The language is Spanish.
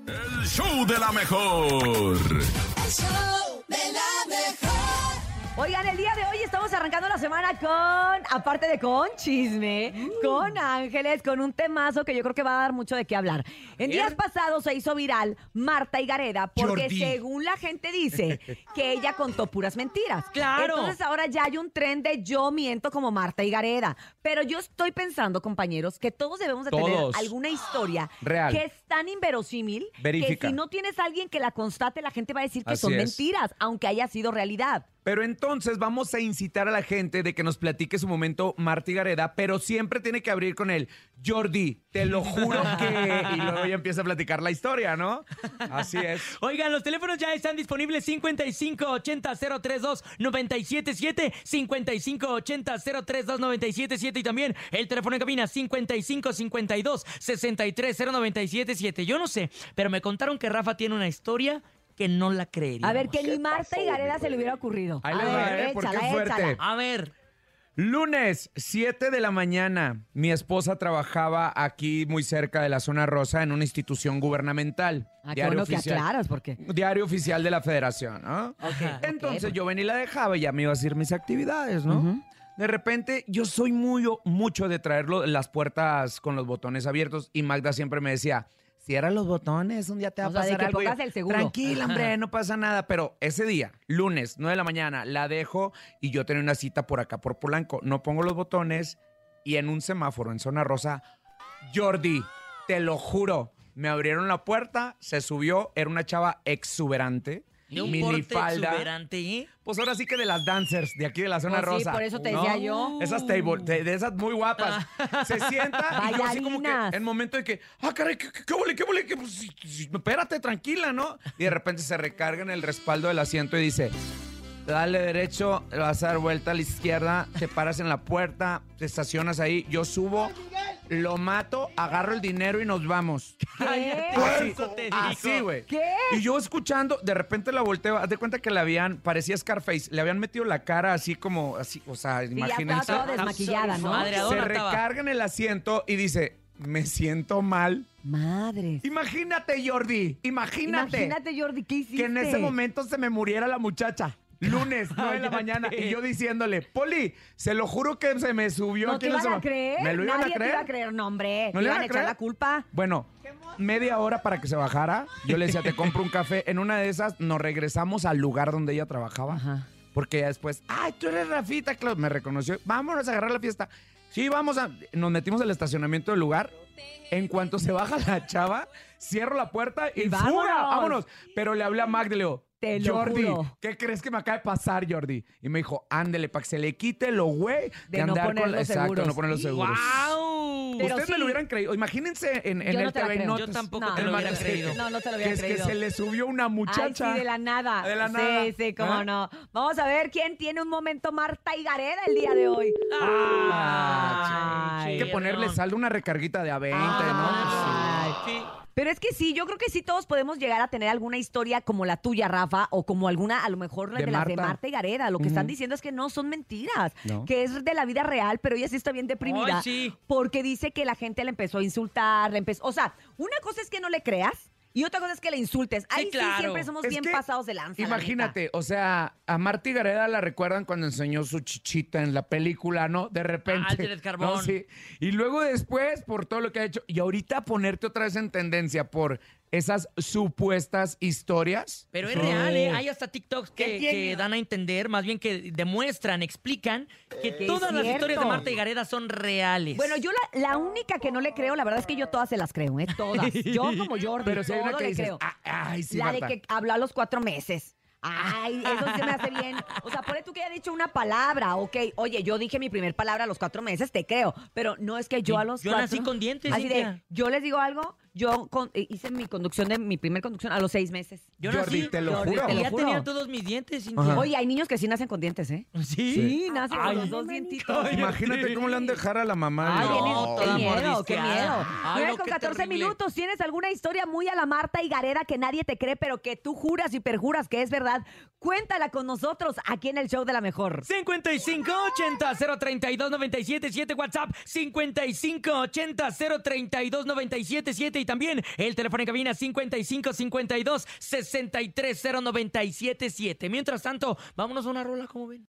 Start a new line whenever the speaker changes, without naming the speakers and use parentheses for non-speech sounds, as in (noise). El show de la mejor.
El show de la mejor.
Oigan, el día de hoy estamos arrancando la semana con, aparte de con chisme,
Mm.
con ángeles, con un temazo que yo creo que va a dar mucho de qué hablar. En días pasados se hizo viral Marta Higareda porque
Jordi.
según la gente dice que ella contó puras mentiras.
Claro.
Entonces ahora ya hay un tren de yo miento como Marta Higareda. Pero yo estoy pensando, compañeros, que todos debemos de tener
Todos.
alguna historia
Real.
que es tan inverosímil que
Verifica.
si no tienes a alguien que la constate, la gente va a decir que
Así
son
es.
mentiras, aunque haya sido realidad.
Pero entonces vamos a incitar a la gente de que nos platique su momento Marta Gareda, pero siempre tiene que abrir con él. Jordi, te lo juro
(laughs)
que... Y luego ya empieza a platicar la historia, ¿no? Así es.
Oigan, los teléfonos ya están disponibles 5580-032-977, 5580-032-977 y también el teléfono en cabina 5552-630977. Yo no sé, pero me contaron que Rafa tiene una historia que no la creería.
A ver, que ni Marta y Gareda se le hubiera ocurrido.
Ahí
a
les va,
ver,
¿eh? Porque es fuerte.
A ver.
Lunes, 7 de la mañana. Mi esposa trabajaba aquí muy cerca de la zona rosa en una institución gubernamental.
Ah, qué
Diario
bueno que
oficial.
aclaras, porque...
Diario oficial de la federación, ¿no? Entonces
ok.
yo venía y la dejaba y ya me iba a hacer mis actividades, ¿no?
Ujú.
De repente, yo soy muy, o- mucho de traer lo- las puertas con los botones abiertos y Magda siempre me decía, cierra los botones, un día te va
O
a
sea, de
pasar
que
algo". Y yo,
pongas el seguro.
Tranquila, hombre, no pasa nada. Pero ese día, lunes, 9 de la mañana, la dejo y yo tenía una cita por acá, por Polanco. No pongo los botones y en un semáforo, en zona rosa, Jordi, te lo juro, me abrieron la puerta, se subió, era una chava exuberante.
De un porte
Minifalda.
exuberante, ¿eh?
Pues ahora sí que de las dancers de aquí de la zona
Pues sí,
rosa.
por eso te
¿no?
decía yo.
Esas table, de, de esas muy guapas. Se sienta y yo así como que
Ah. Bailarinas.
en momento de que, ah, caray, qué qué- qué huele, qué huele, qué- pues, sí, sí, espérate, tranquila, ¿no? Y de repente se recarga en el respaldo del asiento y dice, dale derecho, le vas a dar vuelta a la izquierda, te paras en la puerta, te estacionas ahí, yo subo, lo mato, agarro el dinero y nos vamos.
Cállate, eso te digo.
Así, güey.
¿Qué?
Y yo escuchando, de repente la volteo, haz de cuenta que le habían, parecía Scarface, le habían metido la cara así como, así, o sea,
Sí, ya estaba
imagínense.
todo desmaquillada, ¿no?
Madre.
Se
Adorno estaba.
recarga en el asiento y dice, me siento mal.
Madre.
Imagínate, Jordi, imagínate,
Imagínate, Jordi, ¿qué hiciste?
que en ese momento se me muriera la muchacha.
(laughs)
Lunes, 9 de
Cállate.
la mañana, y yo diciéndole, Poli, se lo juro que se me subió
¿No te
aquí en la
iban a
sema-".
creer?
¿Me lo iban
Nadie
a creer?
te iba a creer, no, hombre.
¿No
te
le
iban
iban
a
a
echar
creer?
la culpa.
Bueno, media hora para que se bajara. Yo le decía, te compro un café. En una de esas nos regresamos al lugar donde ella trabajaba.
Ajá.
Porque ya después, ay, tú eres Rafita, claro, me reconoció. Vámonos a agarrar la fiesta. Sí, vamos a... Nos metimos al estacionamiento del lugar. En cuanto se baja la chava, cierro la puerta y,
Y
fuga,
vámonos.
vámonos. Pero le hablé a Magda y le digo,
Te lo
Jordi,
juro.
¿qué crees que me acaba de pasar, Jordi? Y me dijo, ándele, para que se le quite lo güey
De
de,
no
andar
poner
con...
los
Exacto,
seguros.
no poner los seguros.
¡Guau!
Pero
Ustedes me
sí.
lo hubieran creído. Imagínense en, en
Yo no
el
te la
TV
creo.
Notas.
Yo tampoco te
el
lo hubiera
Max-
creído.
No, no te lo
que
hubiera
es que
creído.
se le subió una muchacha.
Ay, sí, de la nada.
De la
Sí,
nada.
sí, cómo
¿Eh?
no. Vamos a ver quién tiene un momento Marta y Gareda el día de hoy.
Ah,
Hay que
sí,
ponerle
no.
saldo una recarguita de a 20,
Ah,
¿no?
Ay.
Sí.
Pero es que sí, yo creo que sí todos podemos llegar a tener alguna historia como la tuya, Rafa, o como alguna, a lo mejor de,
De
las de
Marta.
Marta y Gareda. Lo que están diciendo es que no son mentiras,
No.
que es de la vida real, pero ella sí está bien deprimida
Ay, sí.
porque dice que la gente le empezó a insultar, le empezó... O sea, una cosa es que no le creas y otra cosa es que le insultes. Ahí sí,
claro.
siempre somos
Es
bien
que
pasados de lanza. la neta.
Imagínate, o sea, a Marty Gareda la recuerdan cuando enseñó su chichita en la película, ¿no? De repente.
Alfred Carbón.
¿no? Sí. Y luego después, por todo lo que ha hecho. Y ahorita ponerte otra vez en tendencia por esas supuestas historias.
Pero es real, ¿eh? Hay hasta TikToks que, que dan a entender, más bien que demuestran, explican que
Que es
todas las historias
cierto.
de Marta y Gareda son reales.
Bueno, yo la, la única que no le creo, la verdad es que yo todas se las creo, ¿eh?
(laughs)
Todas. Yo como Jordi,
Pero si hay una
todo
que
le
dices,
creo.
"Ah, ay, sí,
la
Marta".
de que habló a los cuatro meses. Ay, eso se me hace bien. O sea, ponle tú que haya dicho una palabra, ok. Oye, yo dije mi primer palabra a los cuatro meses, te creo. Pero no es que yo a los
Yo
cuatro...
nací con dientes,
Así de,
Cintia.
yo les digo algo, yo con- eh, hice mi conducción de mi primer conducción a los seis meses.
Yo
Jordi,
nací-
te lo
Jordi, y
juro.
ya
Te lo juro.
tenía todos mis dientes, Cintia.
Ajá.
Oye, hay niños que sí nacen con dientes, ¿eh?
¿Sí?
Sí, nacen con
Ay.
los dos dientitos.
Imagínate cómo le han dejado a la mamá.
Ay,
No,
viene-
toda
qué miedo, qué
mordisqueada.
miedo.
Ay,
Nueve
no,
con
qué
14
terrible.
minutos. ¿Tienes alguna historia muy a la Marta y Gareda que nadie te cree, pero que tú juras y perjuras que es verdad? Cuéntala con nosotros aquí en el show de la mejor.
5580-032-977, WhatsApp 5580-032-977 y y también el teléfono en cabina 5552 630977. Mientras tanto, vámonos a una rola, como ven.